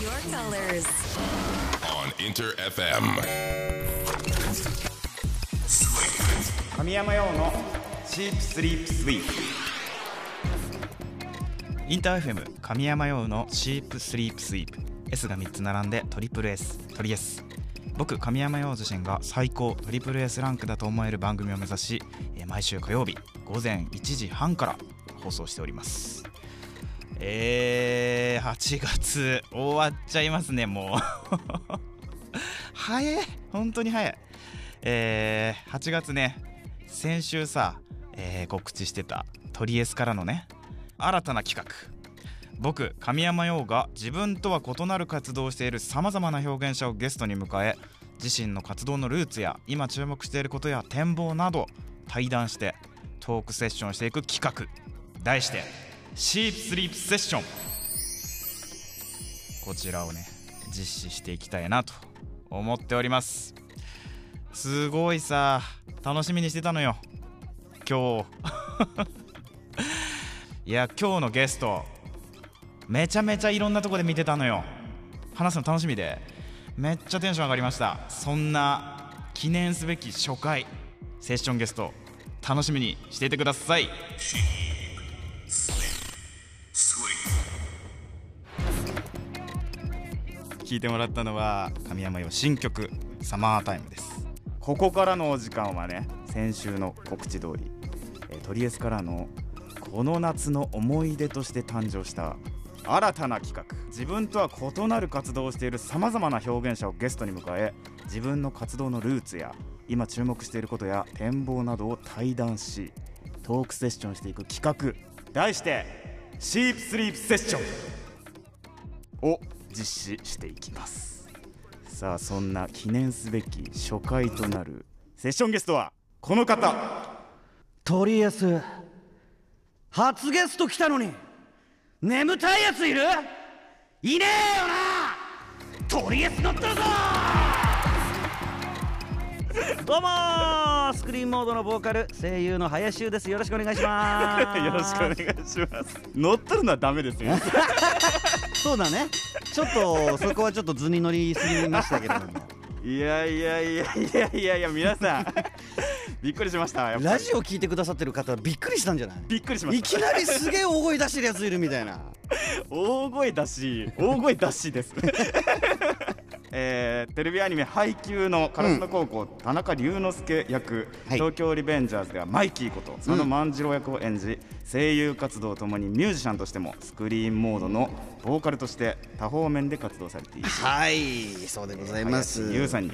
Colors. on Inter FM. 神山陽のシープスリープスイープインター FM 神山陽のシープスリープスイープ S が3つ並んでトリプル S トリ S 僕神山陽自身が最高トリプル S ランクだと思える番組を目指しえー毎週火曜日午前1時半から放送しておりますえー、8月終わっちゃいますねもう 早い本当に早いえー、8月ね先週さ、えー告知してたトリエスからのね新たな企画僕神山陽が自分とは異なる活動をしているさまざまな表現者をゲストに迎え自身の活動のルーツや今注目していることや展望など対談してトークセッションしていく企画題して「シープスリープセッション」こちらをね実施していきたいなと思っておりますすごいさ楽しみにしてたのよ今日 いや今日のゲストめちゃめちゃいろんなとこで見てたのよ話すの楽しみでめっちゃテンション上がりましたそんな記念すべき初回セッションゲスト楽しみにしていてください聞いてもらったのは神山よ新曲「サマータイム」ですここからのお時間はね先週の告知通り、えートリエスからのこの夏の思い出として誕生した新たな企画自分とは異なる活動をしているさまざまな表現者をゲストに迎え自分の活動のルーツや今注目していることや展望などを対談しトークセッションしていく企画題して「シープスリープセッション」を実施していきますさあそんな記念すべき初回となるセッションゲストはこの方とりあえず初ゲスト来たのに眠たいやついるいねえよなとりあえず乗ってるぞ どうもースクリーンモードのボーカル声優の林優ですよろしくお願いします よろしくお願いします乗ってるのはダメですよそうだねちょっとそこはちょっと図に乗りすぎましたけれ どもいやいやいやいやいやいや皆さんびっくりしましたやっぱりラジオ聞いてくださってる方びっくりしたんじゃないびっくりしまいしきたなりすげえ大声出してるやついるみた いな大声だし大声だし ですえー、テレビアニメ「配給の烏野高校、田中龍之介役、はい東京リベンジャーズ」ではマイキーこと佐野万次郎役を演じ、声優活動ともにミュージシャンとしてもスクリーンモードのボーカルとして多方面で活動されているはいそうでございます、林優さんに、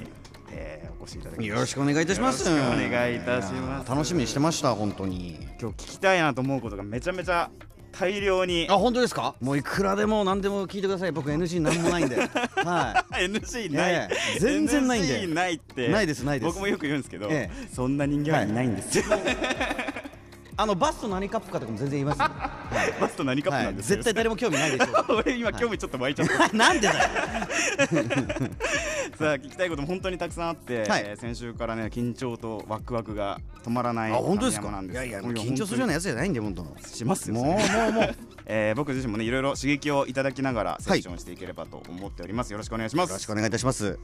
えーお越しいただきましたよろしくお願いいたします。よろしくお願いいたしますや楽しみにしてました、本当に。今日聞きたいなと思うことがめちゃめちゃ大量にあ、本当ですか。もういくらでも何でも聞いてください。僕 NG なんもない んで。は NC ない、ええ全然ないんで NC ないってないですないです僕もよく言うんですけど、えそんな人間はいないんですよ、い。あのバスと何カップかとかも全然言いますよ。バスと何カップはなんい。ですよ、絶対誰も興味ないでしょ 俺今興味ちょっと湧いちゃった、う。 なんでだよ。さあ聞きたいことも本当にたくさんあって、はいえー先週からね緊張とワクワクが止まらないあ、本当です神山なんでか。いすやよいや、もう緊張するようなやつじゃないんで、本当。しますよもうもうもう。よ えー僕自身もねいろいろ刺激をいただきながらセッションしていければと思っております、よろしくお願いしますろしくお願いいたします。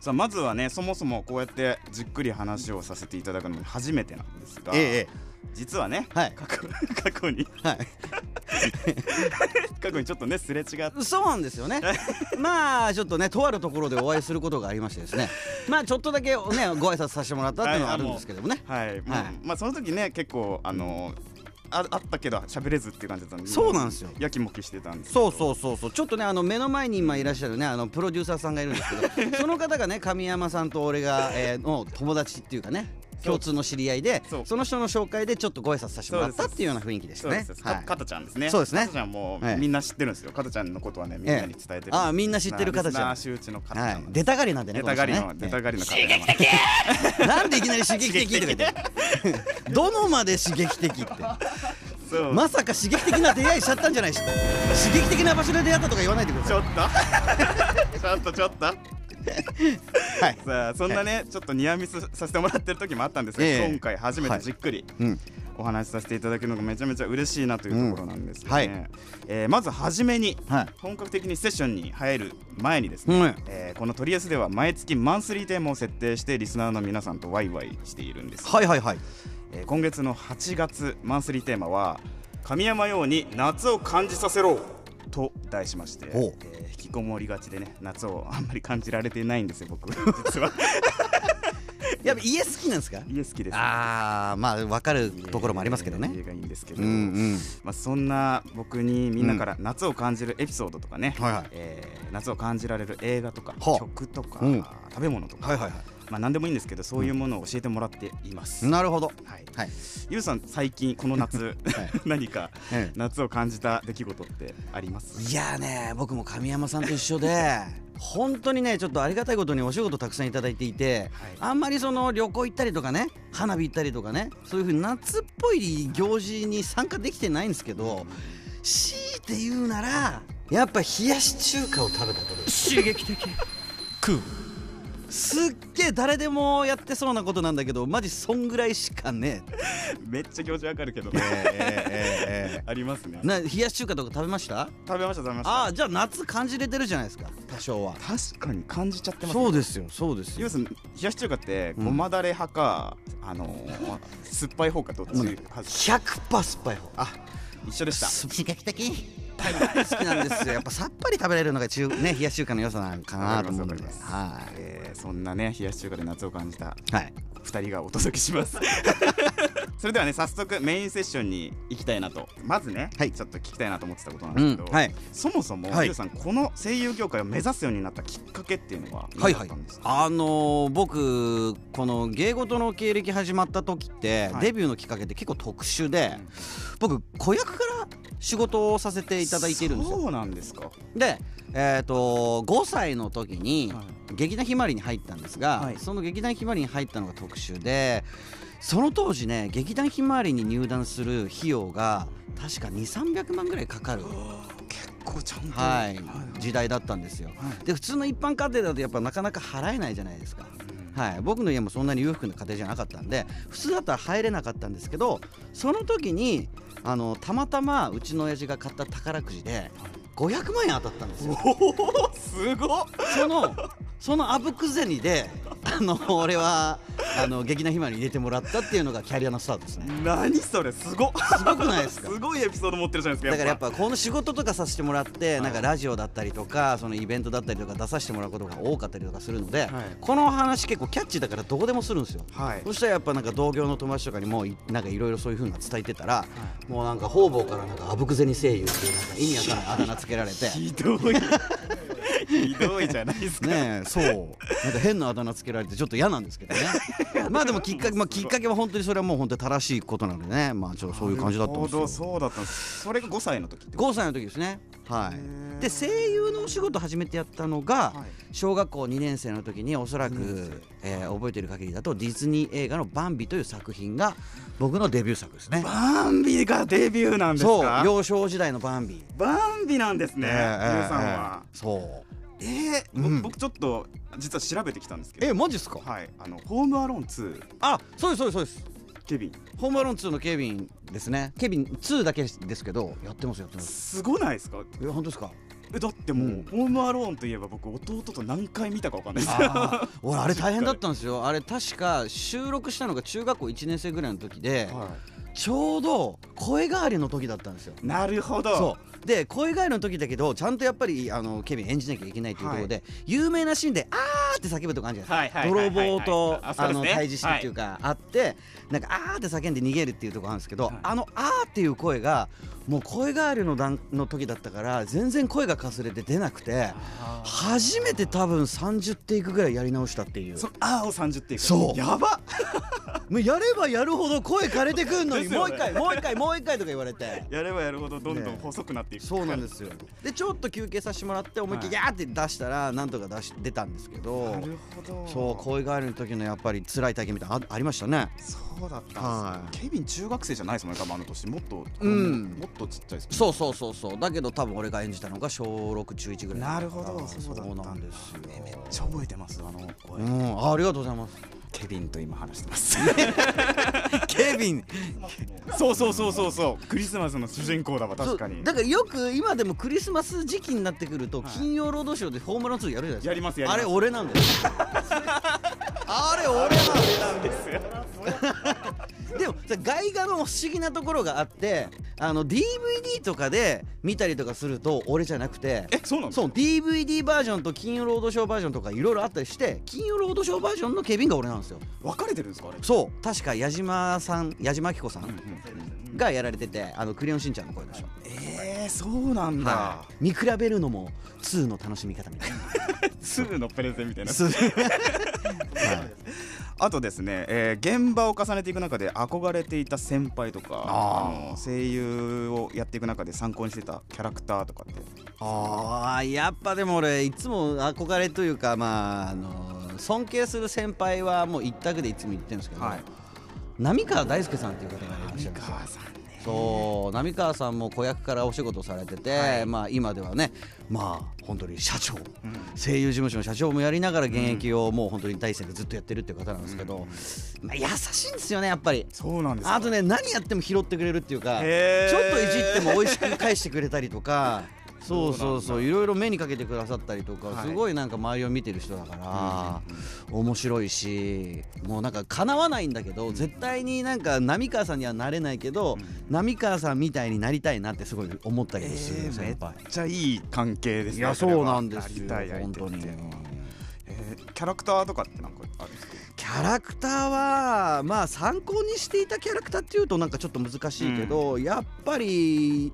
さあまずはねそもそもこうやってじっくり話をさせていただくのも初めてなんですが、ええ実はね、はい過去過去に ええ。はい。過去にちょっとねすれ違ってそうなんです よねまあちょっとねとあるところでお会いすることがありましてですねまあちょっとだけねご挨拶させてもらったっていうのはあるんですけどもねはい、うんまあその時ね結構あのああったけど喋れずっていう感じだったんでそうなんですよやきもきしてたんですそうそうそうそうちょっとねあの目の前に今いらっしゃるねあのプロデューサーさんがいるんです けどその方がね神山さんと俺が、えーの友達っていうかねそう共通の知り合いでそうその人の紹介でちょっとご挨拶させてもらったっていうような雰囲気でしたそうでねす、ね、はいかかたちゃんですねそうですねかたちゃんもええみんな知ってるんですよかたちゃんのことはねみんなに伝えてる、ええああみんな知ってるかたちゃんまあリスナー周知のかたちはゃいん、なんで出たがりなんですね出たがりこのの人出ねたがりのかたちゃんなんで なんでいきなり刺激的とか言って どのまで刺激的ってそう、まさか刺激的な出会いしちゃったんじゃないし刺激的な場所で出会ったとか言わないでくだちさいょっと ちょっとちょっとはいさあそんなね、ちょっとニアミスさせてもらってる時もあったんですが、ええ今回初めてじっくり、うんお話しさせていただけるのがめちゃめちゃ嬉しいなというところなんですよね、うんはいえーまず初めに、はい本格的にセッションに入る前にですね、うんえーこのトリエスでは毎月マンスリーテーマを設定してリスナーの皆さんとワイワイしているんです、はいはいはいえー今月の8月マンスリーテーマは「神山ように夏を感じさせろ」と題しまして、えほうー引きこもりがちでね夏をあんまり感じられてないんですよ僕 実はやっぱ家好きなんですか家好きですああまあ分かるところもありますけどね家がいいんですけど、うんうんまあ、そんな僕にみんなから夏を感じるエピソードとかね、はいはいえー夏を感じられる映画とかはあ曲とか、うん食べ物とか、はいはいはまあ、何でもいいんですけどそういうものを教えてもらっています。なるほどはいはいゆうさん最近この夏、何かええ夏を感じた出来事ってありますいやーね僕も神山さんと一緒で本当にねちょっとありがたいことにお仕事たくさんいただいていて、はいあんまりその旅行行ったりとかね花火行ったりとかねそういうふうに夏っぽい行事に参加できてないんですけど強いて言うならやっぱ冷やし中華を食べたことです刺激的食うすっげえ誰でもやってそうなことなんだけどマジそんぐらいしかねめっちゃ気持ちわかるけど、ねありますねえな冷やし中華とか食べました食べました食べましたああじゃあ夏感じれてるじゃないですか多少は確かに感じちゃってますねそうですよそうですゆうよさん冷やし中華ってごまだれ派か、あのー、酸っぱい方かどっち派ですか100%酸っぱい方あ一緒でした刺激的好きなんですよやっぱさっぱり食べれるのが中、ね、冷やし中華の良さなのかなと思うんでわかりますわはえーそんなね冷やし中華で夏を感じたい、はい、 2人がお届けします それではね早速メインセッションに行きたいなとまずね、はいちょっと聞きたいなと思ってたことなんですけど、うんはいそもそも、はいゆうさんこの声優業界を目指すようになったきっかけっていうのはは何いだはっいたんですか、あのー僕この芸事の経歴始まった時って、はいデビューのきっかけって結構特殊で、僕子役から仕事をさせていただいているんですよそうなんですかで、えー、と5歳の時には劇団ひまわりに入ったんですが、はいその劇団ひまわりに入ったのが特殊でその当時ね劇団ひまわりに入団する費用が確か2 3 0 0万ぐらいかかる、結構ちゃんとはい、時代だったんですよ、で普通の一般家庭だとやっぱなかなか払えないじゃないですか、はい、僕の家もそんなに裕福な家庭じゃなかったんで普通だったら入れなかったんですけどその時にあのたまたまうちの親父が買った宝くじで500万円当たったんですよおすごっそのそのあぶく銭であの俺はあの劇団ひまわりに入れてもらったっていうのがキャリアのスタートですね何それすごっすごくないですかすごいエピソード持ってるじゃないですかだからやっぱこの仕事とかさせてもらってなんかラジオだったりとかそのイベントだったりとか出させてもらうことが多かったりとかするのではいこの話結構キャッチーだからどこでもするんですよはいそしたらやっぱなんか同業の友達とかにもいなんかいろいろそういう風な伝えてたらもうなんか方々からなんかあぶく銭声優っていうなんか意味わかんないあだ名つけられて ひどいひどいじゃないですか、ねえそうなんか変なあだ名つけられてちょっと嫌なんですけ どねまあでもきっかけ,、まあ、きっかけは本当にそれはもう本当に正しいことなのでねまあちょっとそういう感じだったんなでるほどすよそうだったんですそれが5歳の時ってこと5歳の時ですねはいで声優のお仕事始めてやったのがはい小学校2年生の時におそら二年く、えー覚えてる限りだとディズニー映画の「バンビ」という作品が僕のデビュー作ですねバンビがデビューなんですそうか幼少時代のバンビバンビなんですね、ゆうさんはえーそうえーぼうん僕ちょっと実は調べてきたんですけどえマジっすかはいあのホームアローン2あそうですそうですそうですケビンホームアローン2のケビンですね。ケビン2だけですけど、やってますやってます。すごないですかえ、本当ですか。えだってもう、うんホームアローンといえば僕弟と何回見たかわかんないですあー俺あれ大変だったんですよ。あれ確か収録したのが中学校1年生ぐらいの時で、はちょうど声変わりの時だったんですよ。い、なるほどそうで声変わりの時だけどちゃんとやっぱりあのケビン演じなきゃいけないというところで、有名なシーンで「あー」って叫ぶとかあるじゃないですか、はいはいはいはい泥棒とああそうですのね対峙してっていうか、あってなんか「あー」って叫んで逃げるっていうところあるんですけど、はいあの「あー」っていう声がもう声変わりの段の時だったから全然声がかすれて出なくてあー初めて多分30テイクぐらいやり直したっていうそのあーを30っていうかそうやばもうやればやるほど声枯れてくんのに、ですよもうね一回もう一回もう一回とか言われて。やればやるほどどんどんね細くなっていく、そうなんですよでちょっと休憩させてもらって思いっきはりギャーって出したらなんとか出し出たんですけどなるほどそう声変わりの時のやっぱり辛い体験みたいなのあありましたねそうだったんですね、はいケビン中学生じゃないですもんね多分あの年もっと、うんもっとちっちゃいですそうそうそうそうだけど多分俺が演じたのが小6中1ぐらいだったからなるほどそうなんですよめっちゃ覚えてますあの声、うんあありがとうございますケビンと今話してます ケ ビン そうそうそうそうそうクリスマスの主人公だわ確かそにうだからよく今でもクリスマス時期になってくると「金曜ロードショー」でホームラン2やるじゃないですかやりますやりますあれ俺なんだよ あれ俺なんだよなんですよ でもさ外画の不思議なところがあってあの DVD とかで見たりとかすると俺じゃなくてえそうなのそう DVD バージョンと金曜ロードショーバージョンとかいろいろあったりして金曜ロードショーバージョンのケビンが俺なんですよ分かれてるんですかあれそう確か矢島さん矢島明子さんがやられててあのクレヨンしんちゃんの声でしょえー、そうなんだはい見比べるのも2の楽しみ方みた いな すぐのプレゼンみたいなはいあとですね、えー現場を重ねていく中で憧れていた先輩とかあーあの声優をやっていく中で参考にしてたキャラクターとかってあーやっぱでも俺いつも憧れというかまああの尊敬する先輩はもう一択でいつも言ってるんですけど、はい浪川大輔さんっていう方がいらっしゃるんですよさんねそう浪川さんも子役からお仕事をされてて、まあ、今ではねまあ本当に社長、声優事務所の社長もやりながら現役をもう本当に大戦でずっとやってるっていう方なんですけど、まあ、優しいんですよねやっぱり。そうなんですかあとね何やっても拾ってくれるっていうかちへーょっといじっても美味しく返してくれたりと かそうそうそういろいろ目にかけてくださったりとか、はいすごいなんか周りを見てる人だから、面白いしもうなんか叶わないんだけど、絶対になんか浪川さんにはなれないけど、浪川さんみたいになりたいなってすごい思ったりすえーるめっ先輩。ちゃいい関係ですねいやれはそうなんですよなりたい本当相手っにて、えーキャラクターとかってなんかあるんですかキャラクターはまあ参考にしていたキャラクターっていうとなんかちょっと難しいけど、やっぱり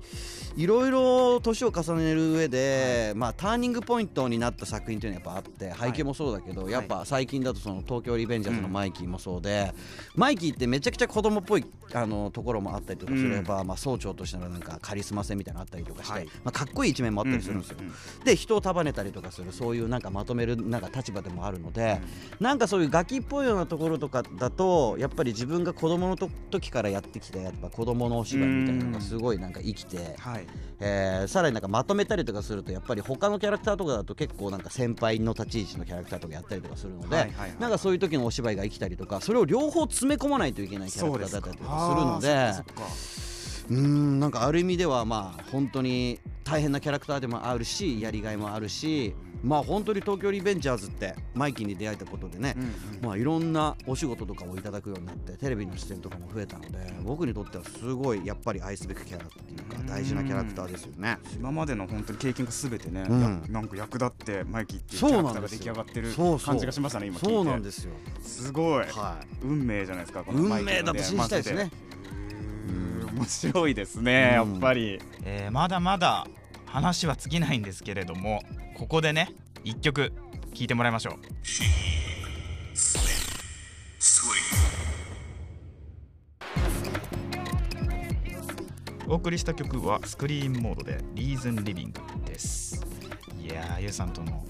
いろいろ年を重ねる上で、まあターニングポイントになった作品っていうのはやっぱあって背景もそうだけど、やっぱ最近だとその東京リベンジャーズのマイキーもそうで、マイキーってめちゃくちゃ子供っぽいあのところもあったりとかすれば、まあ総長としてのなんかカリスマ性みたいなのあったりとかして、はいまあかっこいい一面もあったりするんですよ。うんうんうんで人を束ねたりとかするそういうなんかまとめるなんか立場でもあるので、なんかそういうガキっぽいようなところとかだとやっぱり自分が子供のと時からやってきたやっぱ子供のお芝居みたいなのがすごいなんか生きて、はいえーさらになんかまとめたりとかするとやっぱり他のキャラクターとかだと結構なんか先輩の立ち位置のキャラクターとかやったりとかするので、はいはいはいなんかそういう時のお芝居が生きたりとかそれを両方詰め込まないといけないキャラそうクタでーだすったかりとかするので。あーそっかそっかうーんなんかある意味ではまあ本当に大変なキャラクターでもあるしやりがいもあるしまあ本当に東京リベンジャーズってマイキーに出会えたことでね、まあいろんなお仕事とかをいただくようになってテレビの出演とかも増えたので僕にとってはすごいやっぱり愛すべきキャラっていうか大事なキャラクターですよね。今までの本当に経験がすべてね、うんやなんか役立ってマイキーっていうキそャうラクなターんがで出す来よ上がってるそうそう感じがしましたね今聞いてそうなんですよ。すごい、はい。運命じゃないですかこのマイ運キー命のだと信じたいですね。マジで面白いですね、うんやっぱりえーまだまだ話は尽きないんですけれどもここでね一曲聴いてもらいましょう Sleep. お送りした曲はスクリーンモードで「リーズンリビング」ですいやーゆうさんとの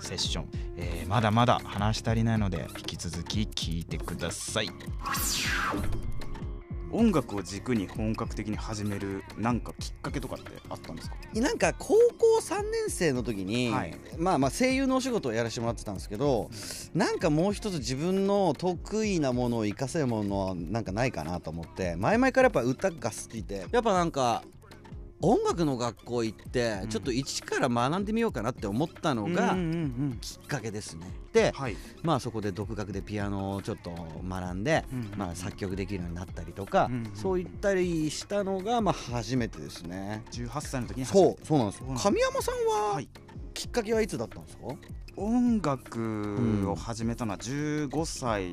セッション、えーまだまだ話し足りないので引き続き聴いてください音楽を軸に本格的に始めるなんかきっかけとかってあったんですかなんか高校3年生の時に、はいまあまあ声優のお仕事をやらせてもらってたんですけど、なんかもう一つ自分の得意なものを活かせるものはなんかないかなと思って前々からやっぱ歌が好きでやっぱなんか音楽の学校行ってんちょっと一から学んでみようかなって思ったのがうんうんうんきっかけですね。で、はいまあ、そこで独学でピアノをちょっと学んで、うんまあ、作曲できるようになったりとか、うんそういったりしたのが、まあ、初めてですね。 18歳の時に始めそてう、そうなんですそうなんよ。です神山さんは、はいきっかけはいつだったんですか。音楽を始めたのは15歳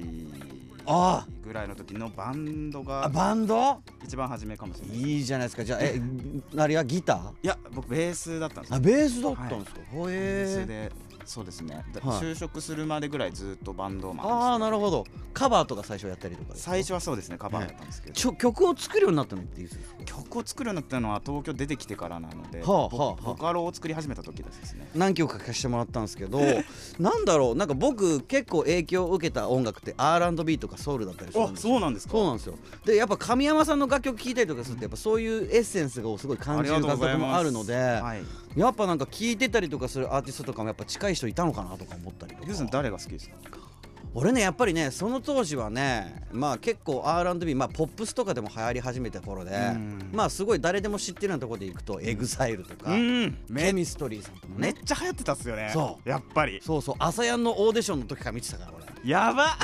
あぐらいの時のバンドあ、がバンド。一番初めかもしれないですいいじゃないですか。じゃあ、え、あれはギタいや僕ベースだったんですー。あ、よベースだったんですか。ほえベースー。でそうですね、だはい就職するまでぐらいずっとバンドを回ってましたああ、なるほど。カバーとか最初やったりとかですか。最初はそうですねカバーだったんですけど、ちょ、曲を作るようになったのっていつですか。曲を作るようになったのは東京出てきてからなので、はあはあはあボボカロを作り始めた時ですね何曲か聴かせてもらったんですけど なんだろうなんか僕結構影響を受けた音楽って R&B とかソウルだったりするんですようなんですそうなんですよでやっぱ神山さんの楽曲聴いたりとかするとやっぱそういうエッセンスをすごい感じる楽曲もあるので、はいやっぱなんか聞いてたりとかするアーティストとかもやっぱ近い人いたのかなとか思ったりとゆうさんか誰が好きですか俺ねやっぱりねその当時はねまあ結構 R&B、まあ、ポップスとかでも流行り始めた頃で、うんまあすごい誰でも知ってるようなところでいくと EXILE とか、うんケめミストリーさんとかめっねちゃ流行ってたっすよねそうやっぱりそうそう朝やんのオーディションの時から見てたから俺やば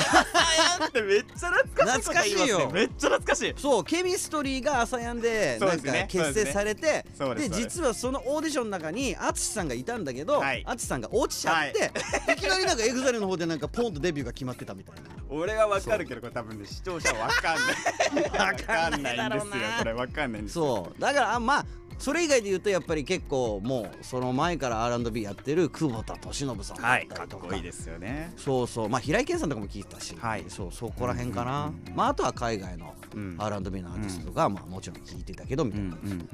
ってめっちゃ懐かしいこと言いますね懐かしいよめっちゃ懐かしいそうケミストリーが朝やんでそうなでんすねか結成されてそうですでそうです実はそのオーディションの中に淳さんがいたんだけどはい淳さんが落ちちゃっていきなりなんか EXILE の方でなんかポンとデビューが決まってたみたいな俺はわかるけどこれ多分ね視聴者はわかんないわかんないんですよこれわかんないんですよそうだからあまあそれ以外で言うとやっぱり結構もうその前から R&B やってる久保田利伸さんだっはたりいとか,、かっこいいですよねそうそうまあ平井堅さんとかも聞いてたし、はいそうそこら辺かな、まああとは海外のうん R&B のアーティストが、まあもちろん聞いてたけどみたいな、ん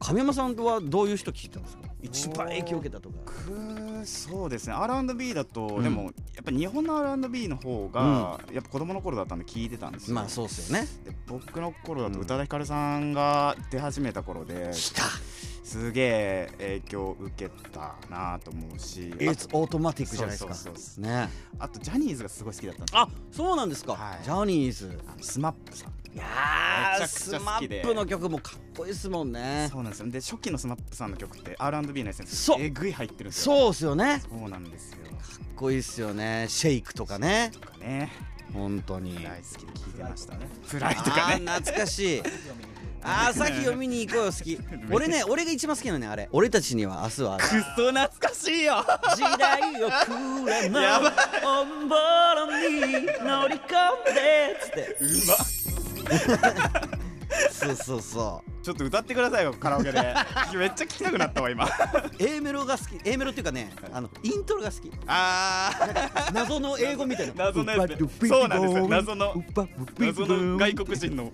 神山さんとはどういう人聞いてたんですか一番影響を受けたとかくそうですね R&B だと、んでもやっぱ日本の R&B の方が、やっぱ子供の頃だったんで聞いてたんですよ、まあそうっすよねで僕の頃だと宇多田ヒカルさんが出始めた頃で来たすげえ影響を受けたなと思うし It's あと Automatic じゃないですかそうそうそうねあとジャニーズがすごい好きだったんですよあそうなんですか、はいジャニーズあのスマップさんいやめちーゃくスちゃマ好きでップの曲もかっこいいですもんねそうなんですよで初期のスマップさんの曲って R&B のエッセンスそうえぐい入ってるんですよそうっすよねそうなんですよかっこいいっすよねシェイクとかねとかね本当に大好きで聞いてましたねフライとかねあー懐かし いあー朝日を見に行こうよ好き俺ね俺が一番好きなのねあれ俺たちには明日はあるくっそ懐かしいよ時代をくれまやばいおんぼろに乗り込んでっつってうま そうそうそうちょっと歌ってくださいよカラオケでめっちゃ聴きたくなったわ今 A メロが好き A メロっていうかねあのイントロが好きあ謎の英語みたいな謎の やつねそうなんですよ謎の謎の外国人の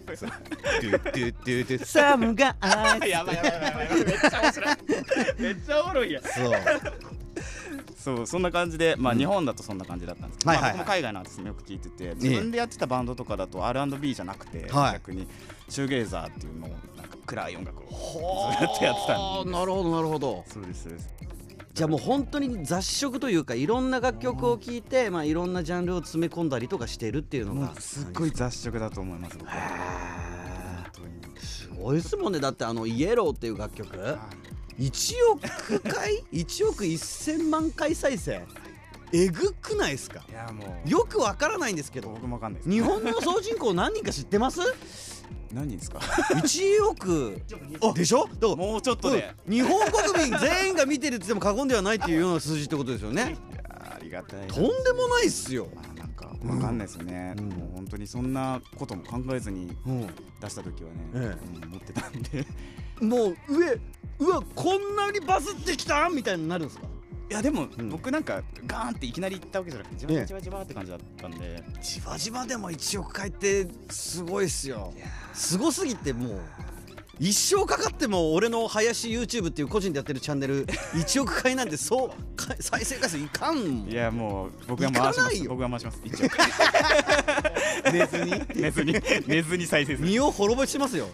サムが愛やばいやばいやばいやばいめっちゃ面白いめっちゃおもろいやそうそうそんな感じでまあ日本だとそんな感じだったんですけどはいはいまあはい僕も海外のアーティストもよく聞いてて自分でやってたバンドとかだと R&B じゃなくてはい逆にシューゲイザーっていうのをなんか暗い音楽をずっとやってたあんーでなるほどなるほどそうですそうですじゃあもう本当に雑食というかいろんな楽曲を聴いて、まあ、いろんなジャンルを詰め込んだりとかしてるっていうのもがうすっごい雑食だと思います僕はあ本当にーすごいですもんねだってあの「イエロー」っていう楽曲1億 回1億1000万回再生えぐくないですかいやもうよくわからないんですけど僕もわかんないです日本の総人口何人か知ってます何人ですか ?1 億あでしょだか らもうちょっとでうん日本国民全員が見てるって言っても過言ではないっていうような数字ってことですよねいやーありがたいなとんでもないっすよまあなんかわかんないですよね、うんもう本当にそんなことも考えずにうん出した時はね、えうん持ってたん でいもう上うわこんなにバズってきたみたいになるんですかやでも、ん僕なんかガーンっていきなり行ったわけじゃなくてじわじわじわじわって感じだったんで、じわじわでも1億回ってすごいっすよすごすぎてもう一生かかっても俺の林 YouTube っていう個人でやってるチャン ネル1億回なんてそうか再生回数いかんもんいやもう僕が回し行かまないすよ僕が回します一応寝ずに 寝ずに寝ずに再生する身を滅ぼしてますよ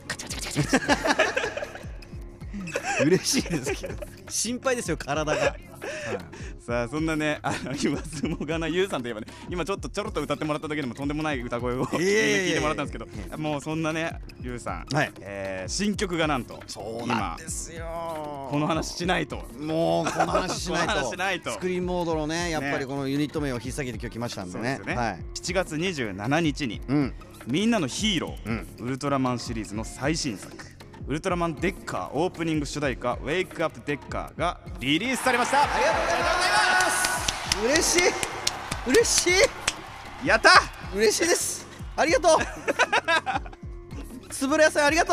嬉しいですけど心配ですよ体が、 さあそんなねあの今相撲がなゆうさんといえばね今ちょっとちょろっと歌ってもらっただけでもとんでもない歌声を、いえいえいえ聞いてもらったんですけどもうそんなねゆうさん、はいえー新曲がなんとそうなん今ですよこの話しないともうこの話しなこいのと話しないとスクリーンモードのねやっぱねりこのユニット名を引っ提げて今日来ましたんでねそうですよねはい7月27日にうん「みんなのヒーロー、ウルトラマン」シリーズの最新作「ウルトラマンデッカー」オープニング主題歌「ウェイクアップデッカー」がリリースされましたありがとうございます嬉しい嬉しいやった嬉しいですありがとう つぶれ野菜ありがと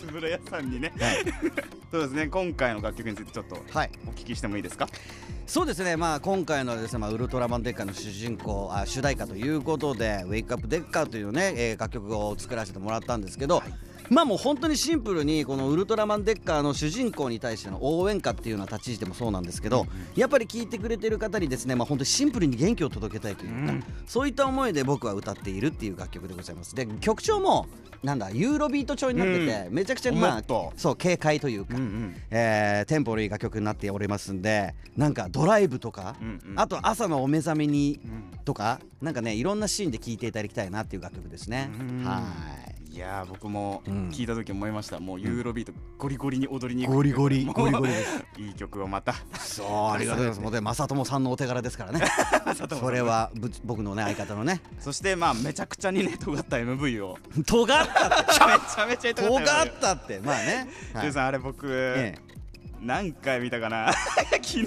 つぶら屋さんにね、 そうですね今回の楽曲についてちょっとうはいお聞きしてもいいですかそうですね、まあ、今回のですね、まあ、ウルトラマンデッカーの主人公あ主題歌ということで「ウェイクアップデッカーというね、えー楽曲を作らせてもらったんですけど、まあもう本当にシンプルにこの「ウルトラマンデッカー」の主人公に対しての応援歌っていうような立ち位置でもそうなんですけど、やっぱり聞いてくれてる方にですね、まあ、本当にシンプルに元気を届けたいというか、そういった思いで僕は歌っているっていう楽曲でございますで曲調もなんだユーロビート調になってて、めちゃくちゃまもあっとそう軽快というか、うんえーテンポのいい楽曲になっておりますんでなんかドライブとか、うんうんあと朝のお目覚めにとか、なんかねいろんなシーンで聴いていただきたいなっていう楽曲ですね。うんはいやー僕もうん聞いた時思いました、もうユーロビートゴリゴリに踊りいに行くゴリゴ リもうゴリゴリでいい曲をまた す。そうありがとうございます。もうで正友さんのお手柄ですからね。それはぶ僕のね相方のね。そしてまあめちゃくちゃにね尖った MV を尖ったっめちゃめち ゃて尖った尖 MV っ、たってまあ ね。はジュンいさんあれ僕、ええ何回見たか な昨日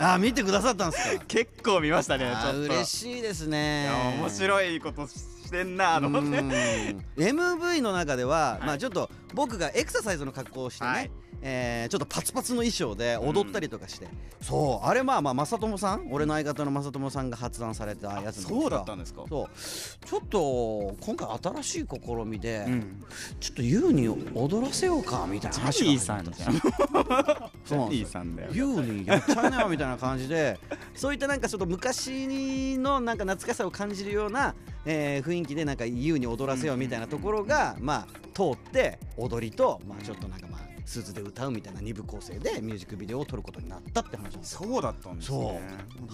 あ見てくださった んですか。結構見ましたねちょあっと嬉しいですいねや。面白いことしてんなと思ってうん MV の中では、まあちょっと僕がエクササイズの格好をしてね、はいえーちょっとパツパツの衣装で踊ったりとかして、そうあれまあまあ正友さん俺の相方の正友さんが発案されたやつなんですがそうだったんですかそうちょっと今回新しい試みで、うんちょっとユウに踊らせようかみたいなジ話ャニーさんじゃんジ そうなャんですニよーさんだよユウにやっちゃいなよみたいな感じで そういったなんかちょっと昔のなんか懐かしさを感じるような、えー雰囲気でなんかユウに踊らせようみたいなところが、まあ、通って踊りと、まあ、ちょっとなんかまあスーツで歌うみたいな二部構成でミュージックビデオを撮ることになったって話なんですよ。そうだったんですね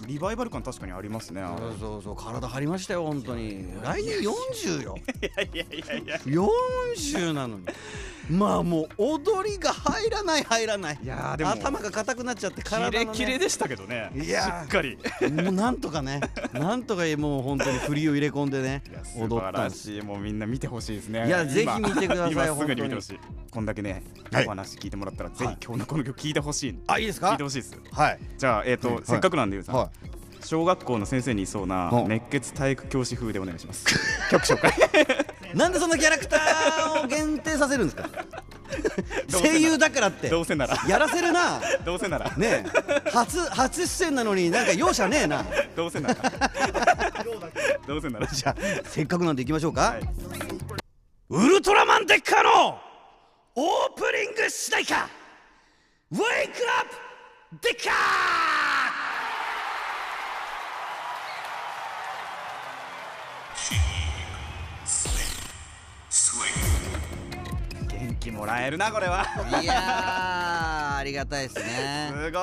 リバイバル感確かにありますねあれそうそうそう体張りましたよ本当に来年40よいやいやいや40なのに まあもう踊りが入らない入らないいやーでも頭が硬くなっちゃって体の、キレね、キレでしたけどねいやしっーかりもうなんとかね、なんとかもう本当に振りを入れ込んでねいや、素踊晴ったんらです。しいもうみんな見てほしいですねいや今ぜひ見てください今す本当ぐにに見てほしいこんだけね、はいお話聞いてもらったらぜはひい今日のこの曲聞いてほしい、あ、いいで聞すいかて。ほしいですはい。じゃあえっ、と、はいせっかくなんでゆうさん、は小学校の先生にいそうなはい熱血体育教師風でお願いします い。なんでそんなキャラクターを限定させるん ですか。どうせなら声優だからって。どうせならやらせるな。どうせなら ねえ、初初出演なのになんか容赦ねえな。どうせ ならどうせならじゃせっかくなんで行きましょうか。ウルトラマンデッカーのオープニング主題歌 Wake Up デッカ元気もらえるなこれはいやー、ありがたいですねす。ごい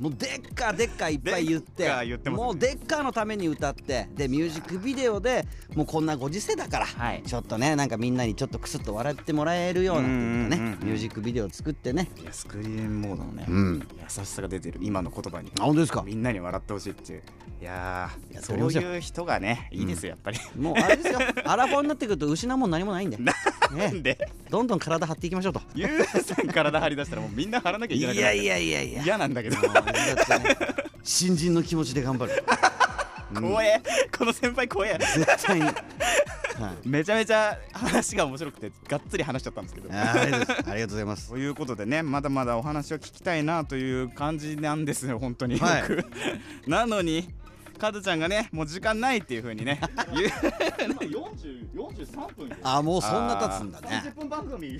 もうでっかでっかいっぱい言ってでっか言ってますねもうでっかのために歌ってでミュージックビデオでもうこんなご時世だから、はいちょっとねなんかみんなにちょっとクスッと笑ってもらえるようなっていうかねうんうんうんうんミュージックビデオを作ってねいやスクリーンモードのね、うん優しさが出てる今の言葉にあ本当ですかみんなに笑ってほしいっていういやーいやそそれもうそういう人がねいいですよ、やっぱりもうあれですよ アラフォーになってくると失うもん何もないんで、ねなんでどんどん体張っていきましょうとゆうさん体張り出したらもうみんな張らなきゃいいけなやくいなやるいやいやいや嫌なんだけどもうだってね新人の気持ちで頑 張る怖えこの先輩怖え絶対に、はい、めちゃめちゃ話が面白くてがっつり話しちゃったんですけどあーありがとうございますありがとうございますということでねまだまだお話を聞きたいなという感じなんですよ本当に、はい僕 なのにカズちゃんがねもう時間ないっていうふうにね 言う43分よあーもうそんな経つんだね分番組ね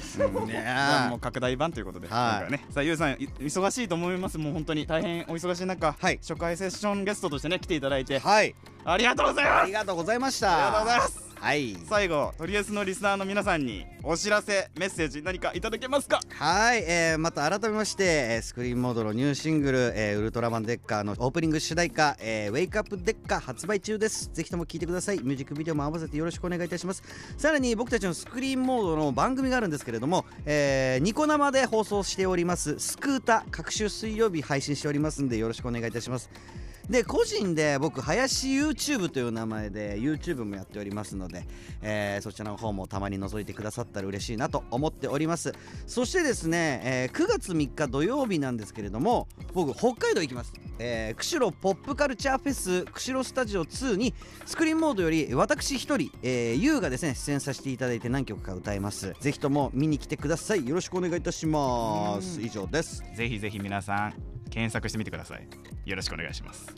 もう拡大版ということで、今はい回ね、さあゆうさんい忙しいと思いますもう本当に大変お忙しい中、はい初回セッションゲストとしてね来ていただいて、はいありがとうございあまりすがとうございました。ありがとうございますはい。最後とりあえずのリスナーの皆さんにお知らせメッセージ何かいただけますかはい、えーまた改めまして、えースクリーンモードのニューシングル、えーウルトラマンデッカーのオープニング主題歌、えーウェイクアップデッカー発売中です。ぜひとも聴いてください。ミュージックビデオも合わせてよろしくお願いいたします。さらに僕たちのスクリーンモードの番組があるんですけれども、えーニコ生で放送しております、スクータ、各週水曜日配信しておりますんでよろしくお願いいたします。で個人で僕林 YouTube という名前で YouTube もやっておりますので、えーそちらの方もたまに覗いてくださったら嬉しいなと思っておりますそしてですね、えー9月3日土曜日なんですけれども僕北海道行きます、えー釧路ポップカルチャーフェス釧路スタジオ2にスクリーンモードより私一人、えー、ゆうがですね出演させていただいて何曲か歌いますぜひとも見に来てくださいよろしくお願いいたします以上ですーぜひぜひ皆さん検索してみてくださいよろしくお願いします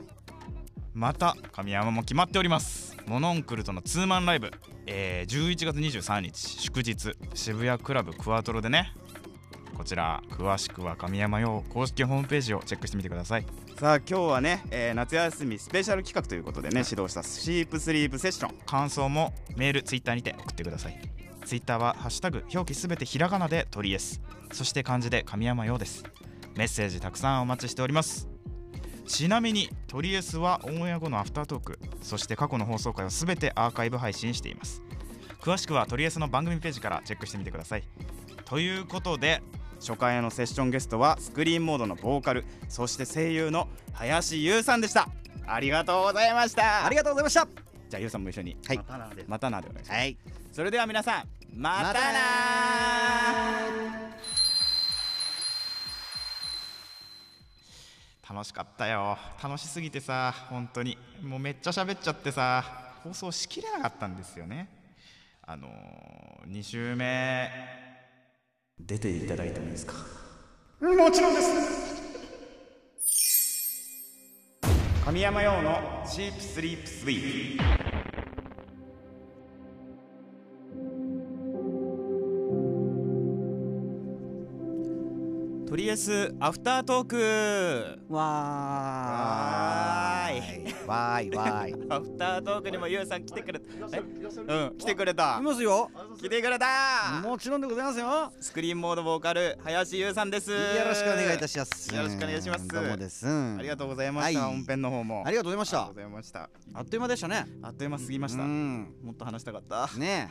また神山も決まっておりますモノンクルとのツーマンライブ、えー、11月23日祝日渋谷クラブクワトロでねこちら詳しくは神山用公式ホームページをチェックしてみてくださいさあ今日はね、えー夏休みスペシャル企画ということでね指導したシープスリープセッション感想もメールツイッターにて送ってくださいツイッターは「ハッシュタグ表記すべてひらがな」で取りえすそして漢字で神山ようですメッセージたくさんお待ちしておりますちなみにトリエスはオンエア後のアフタートークそして過去の放送回をすべてアーカイブ配信しています詳しくはトリエスの番組ページからチェックしてみてくださいということで初回のセッションゲストはスクリーンモードのボーカルそして声優の林優さんでしたありがとうございましたありがとうございましたじゃあ優さんも一緒にはいまたなでまたなでお願いします、はいそれでは皆さんまたなまた楽しかったよ楽しすぎてさ本当にもうめっちゃ喋っちゃってさ放送しきれなかったんですよねあのー、2週目出ていただいてもいいですかもちろんです神山用のシープスリープスイープとりあえずアフタートークわーいわーいわーいアフタートークにもゆうさん来てくれたえうん来てくれたいますよ来てくれたもちろんでございますよよスクリーンモードボーカル林優さんですよろしくお願いいたしますよろしくお願いしますどうもですあありがとうございました、はい本編の方もりがとうございましあたりがとうございましたあっという間でしたねあっという間すぎました、うんもっと話したかったね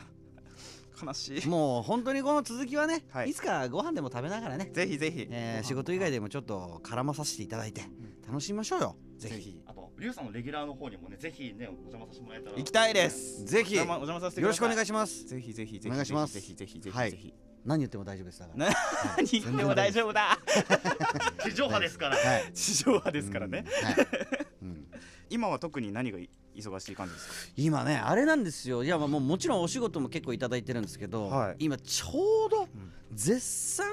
悲しいえもう本当にこの続きはねはいいつかご飯でも食べながらねぜひぜひ、えー仕事以外でもちょっと絡まさせていただいて楽しみましょうよぜひあと、リュウさんのレギュラーの方にもね、ぜひね、お邪魔させてもらえたら。行きたいですぜひおよ邪魔お邪魔させてくろだしさくいお願いししますぜひぜひぜひお願いしますぜひぜひぜひはぜいひぜひ何言っても大丈夫ですだからな何言っても大丈夫だ地上波ですから。はい地上波ですからね、うんはいうん今は特に何がい忙しい感じですか今ねあれなんですよいやまあもうもちろんお仕事も結構いただいてるんですけど、はい今ちょうど絶賛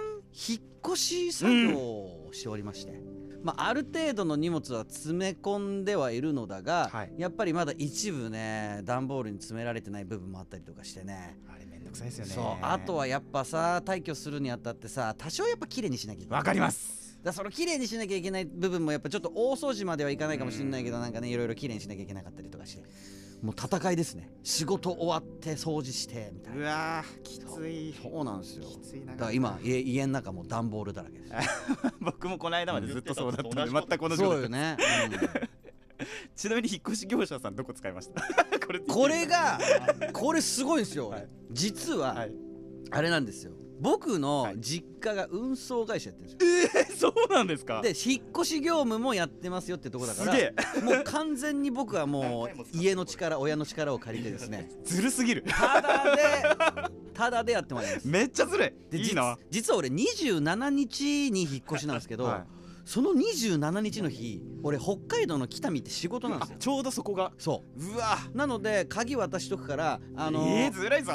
引っ越し作業をしておりまして、まあ、ある程度の荷物は詰め込んではいるのだが、はいやっぱりまだ一部ね段ボールに詰められてない部分もあったりとかしてねあれめんどくさいですよねそうあとはやっぱさ退去するにあたってさ多少やっぱ綺麗にしなきゃいけないわかりますだからその綺麗にしなきゃいけない部分もやっぱちょっと大掃除まではいかないかもしれないけどなんかねいろいろ綺麗にしなきゃいけなかったりとかしてもう戦いですね仕事終わって掃除してみたいうなわーきついそうなんですよきついなだから今家家の中もう段ボールだらけです僕もこの間までずっとそうだったんで言全ってたく同じこそうとよだね、ちなみに引っ越し業者さんどこ使いました これうんこれがこれすごいんですよ、俺実は、はいあれなんですよ僕のはい実家が運送会社やってるんですよ、えそうなんですかで引っ越し業務もやってますよってとこだからすげえもう完全に僕はも何回も使うって家の力親の力を借りてですねずるすぎるただでただでやってまいりますめっちゃずる いでいい実な実は俺27日に引っ越しなんですけど、はいその27日の日俺北海道の北見って仕事なんですよちょうどそこがそうわうなので鍵渡しとくからあのえー、ずるいぞ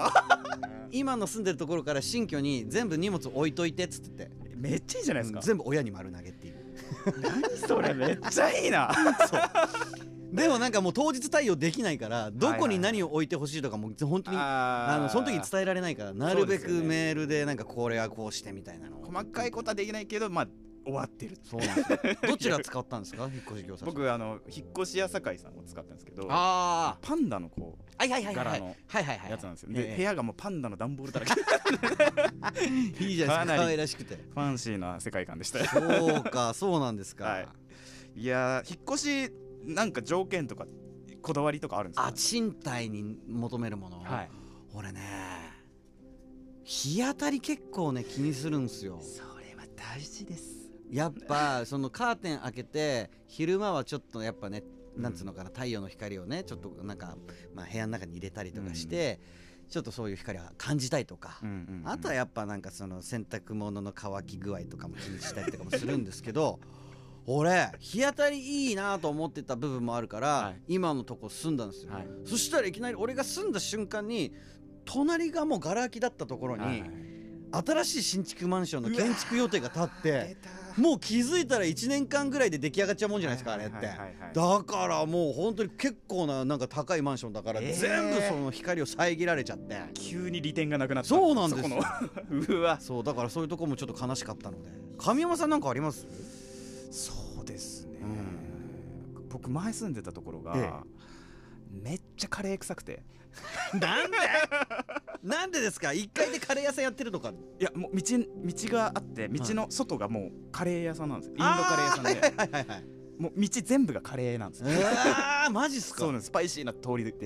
今の住んでるところから新居に全部荷物置いといてっつっててめっちゃいいじゃないですか、全部親に丸投げっ ていう何それめっちゃいい なでもなんかもう当日対応できないからどこに何を置いてほしいとかも本当にあーあのその時伝えられないからなるべそうですくよねメールでなんかこれはこうしてみたいなのを細かいことはできないけどまあ終わってるそうなんです よ。どちら使ったんですか、引っ越し業者。僕あの引っ越し屋堺さんを使ったんですけどあパンダのこあ、はいはいはいはい。は柄いのはいはいうはい。やつなんですよ、えでえ部屋がもうパンダの段ボールだらけいいじゃないでかすなりか。可愛らしくて。ファンシーな世界観でしたよそう か、そうなんですか。はいいやー引っ越しなんか条件とかこだわりとかあるんですかあ、賃貸に求めるもの。はい俺ね。日当たり結構ね気にするんですよそれは大事ですやっぱそのカーテン開けて昼間はちょっとやっぱねなんつうのかな太陽の光をねちょっとなんか、まあ、部屋の中に入れたりとかして、ちょっとそういう光は感じたいとか、うんうん、うん、あとはやっぱなんかその洗濯物の乾き具合とかも気にしたりとかもするんですけど 俺日当たりいいなと思ってた部分もあるから、はい今のとこ住んだんですよ、はいそしたらいきなり俺が住んだ瞬間に隣がもうガラ空きだったところに、はいはい新しい新築マンションの建築予定が立ってもう気づいたら1年間ぐらいで出来上がっちゃうもんじゃないですかあれってはいはいはいだからもう本当に結構ななんか高いマンションだからえー全部その光を遮られちゃって急に利点がなくなったそうなんですそこの うわそうだからそういうとこもちょっと悲しかったので神山さんなんかありますそうですね、僕前住んでたところが、えめっちゃカレー臭くてなんで なんでですか1階でカレー屋さんやってるとかいやもう道道があって道の外がもうカレー屋さんなんですよインドカレー屋さんで、はいはいはいもう道全部がカレーなんですよえー、マジっすかそうなんですスパイシーな通りで、ね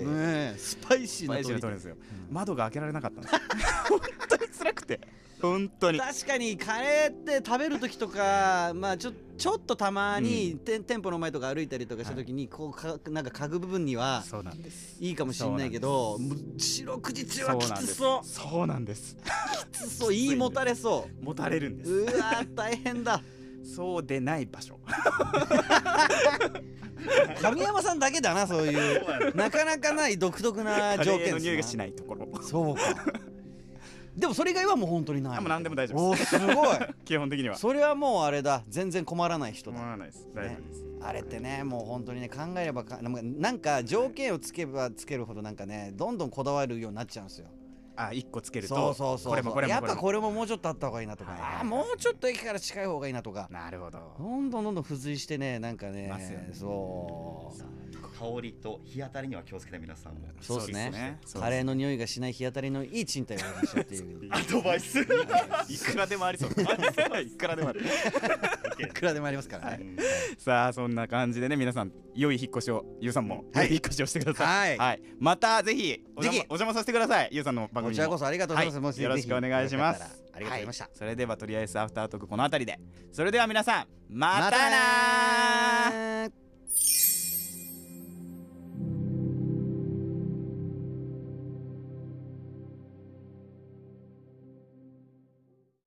えスパイスシーなパイシーな通りですよ、窓が開けられなかったんです よ本当に辛くて本当に確かにカレーって食べる時とかまあちょちょっとたまに、て店舗の前とか歩いたりとかした時に、こうかなんか家具部分にはそうなんですいいかもしれないけどもう四六時中はきつそうそうなんですそうなんできつそういいもたれそす持たれるんでうすうわー大変だそうでない場所 神山さんだけだなそういうそうなんでなかなかない独特なカ条レー件の匂いがしないないところそうかでもそれ以外はもう本当にないあもう何でも大丈夫おでーすすごい 基本的にはそれはもうあれだ全然困らない人だ思わないです大丈夫です、あれってねもう本当にね考えればかなんかなんか条件をつけばつけるほどなんかねどんどんこだわるようになっちゃうんですよあ一個つけるとそうそうそうこれもこれもやっぱこれれももうちょっとあった方がいいなとか、はいはいはいあーもうちょっと駅から近い方がいいなとかもなるほどどんどんどんどん付随してねなんかねますよねそう香りと日当たりには気をつけて皆さんも。そうですそねうですねカレーの匂いがしない日当たりのいい賃貸を探しようっていういアドバイス。いくらでもあり そういくらでもあるくらでもありますからね、さあそんな感じでね皆さん良い引っ越しをゆうさんも、はい良い引っ越しをしてくださいはいまたぜひお邪,、ぜひお邪魔させてくださいゆうさんの番組こにちらこそありがとうございます、もはしい、よろしくお願いしますぜひよかったらありがとうございました、はそれではとりあえずアフタートークこの辺りでそれでは皆さんまたなまたなー